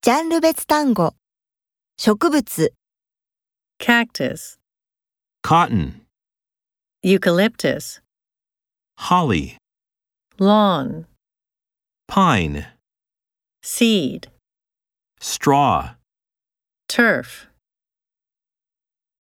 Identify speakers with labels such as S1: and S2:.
S1: ジャンル別単語。植物、
S2: cactus,
S3: cotton,
S2: eucalyptus,
S3: holly,
S2: lawn,
S3: pine,
S2: seed,
S3: straw.
S2: turf.